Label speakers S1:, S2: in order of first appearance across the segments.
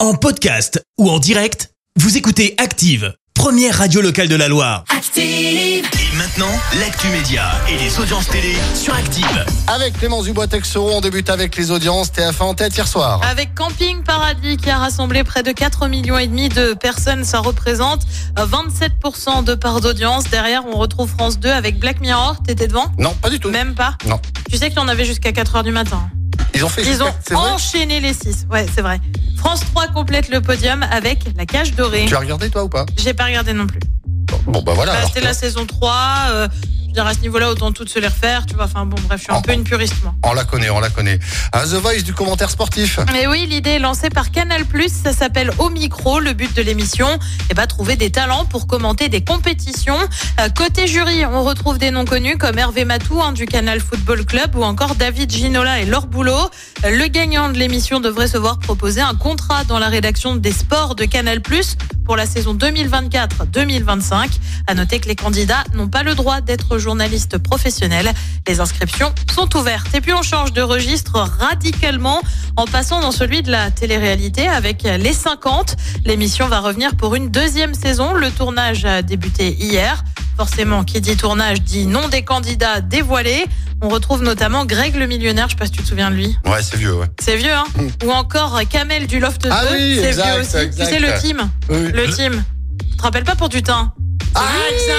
S1: En podcast ou en direct, vous écoutez Active, première radio locale de la Loire.
S2: Active.
S1: Et maintenant, l'actu média et les audiences télé sur Active.
S3: Avec Clémence Dubois-Texoro, on débute avec les audiences TF1 en tête hier soir.
S4: Avec Camping Paradis qui a rassemblé près de 4,5 millions et demi de personnes, ça représente euh, 27% de part d'audience. Derrière, on retrouve France 2 avec Black Mirror. T'étais devant
S3: Non, pas du tout.
S4: Même pas
S3: Non.
S4: Tu sais qu'il y en avait jusqu'à 4h du matin.
S3: Ils ont fait
S4: Ils ont
S3: C'est vrai
S4: enchaîné les 6. Ouais, c'est vrai. France 3 complète le podium avec La Cage Dorée.
S3: Tu as regardé toi ou pas
S4: J'ai pas regardé non plus.
S3: Bon bah voilà.
S4: Bah,
S3: alors.
S4: C'était la saison 3. euh, je veux dire, à ce niveau-là, autant toutes se les refaire. Tu vois, enfin bon, bref, je suis un
S3: Oh.
S4: peu une puriste, moi.
S3: On la connaît, on la connaît. Ah, The Voice du commentaire sportif.
S4: Mais oui, l'idée est lancée par Canal+, ça s'appelle Au Micro, le but de l'émission, eh ben, trouver des talents pour commenter des compétitions. Euh, côté jury, on retrouve des noms connus comme Hervé Matou hein, du Canal Football Club ou encore David Ginola et Laure Boulot. Euh, Le gagnant de l'émission devrait se voir proposer un contrat dans la rédaction des sports de Canal+, pour la saison 2024-2025. À noter que les candidats n'ont pas le droit d'être journalistes professionnels. Les inscriptions sont ouvertes. Et puis on change de registre radicalement en passant dans celui de la télé-réalité avec les 50. L'émission va revenir pour une deuxième saison. Le tournage a débuté hier. Forcément, qui dit tournage dit nom des candidats dévoilés. On retrouve notamment Greg le millionnaire, je sais pas si tu te souviens de lui.
S3: Ouais, c'est vieux. Ouais.
S4: C'est vieux, hein Ou encore Kamel du Loft 2,
S3: Hmm. Ah oui,
S4: c'est
S3: exact,
S4: vieux aussi.
S3: exact.
S4: Tu sais, le team, le team. Tu te rappelles pas pour du teint
S3: Ah
S4: Oui,
S3: exact,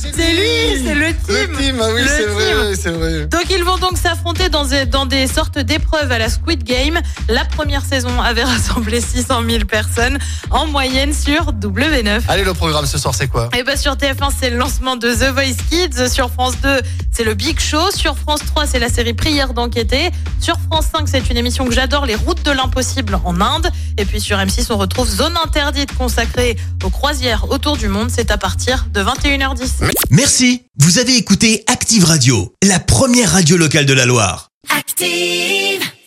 S3: c'est-
S4: C'est lui, c'est le team
S3: Le team, ah oui,
S4: Le
S3: c'est vrai,
S4: team.
S3: c'est vrai.
S4: donc ils vont donc s'affronter dans, des- dans des sortes d'épreuves à la Squid Game. La première saison avait rassemblé 600 000 personnes en moyenne sur W9.
S3: Allez, le programme ce soir, c'est quoi
S4: Et ben sur TF1 c'est le lancement de The Voice Kids, sur France 2 c'est le Big Show, sur France 3 c'est la série Prière d'enquêter, sur France 5 c'est une émission que j'adore, Les Routes de l'impossible en Inde, et puis sur M6 on retrouve Zone interdite consacrée aux croisières autour du monde, c'est à partir de 21h10.
S1: Merci. Vous avez écouté Active Radio, la première radio locale de la Loire.
S2: Active.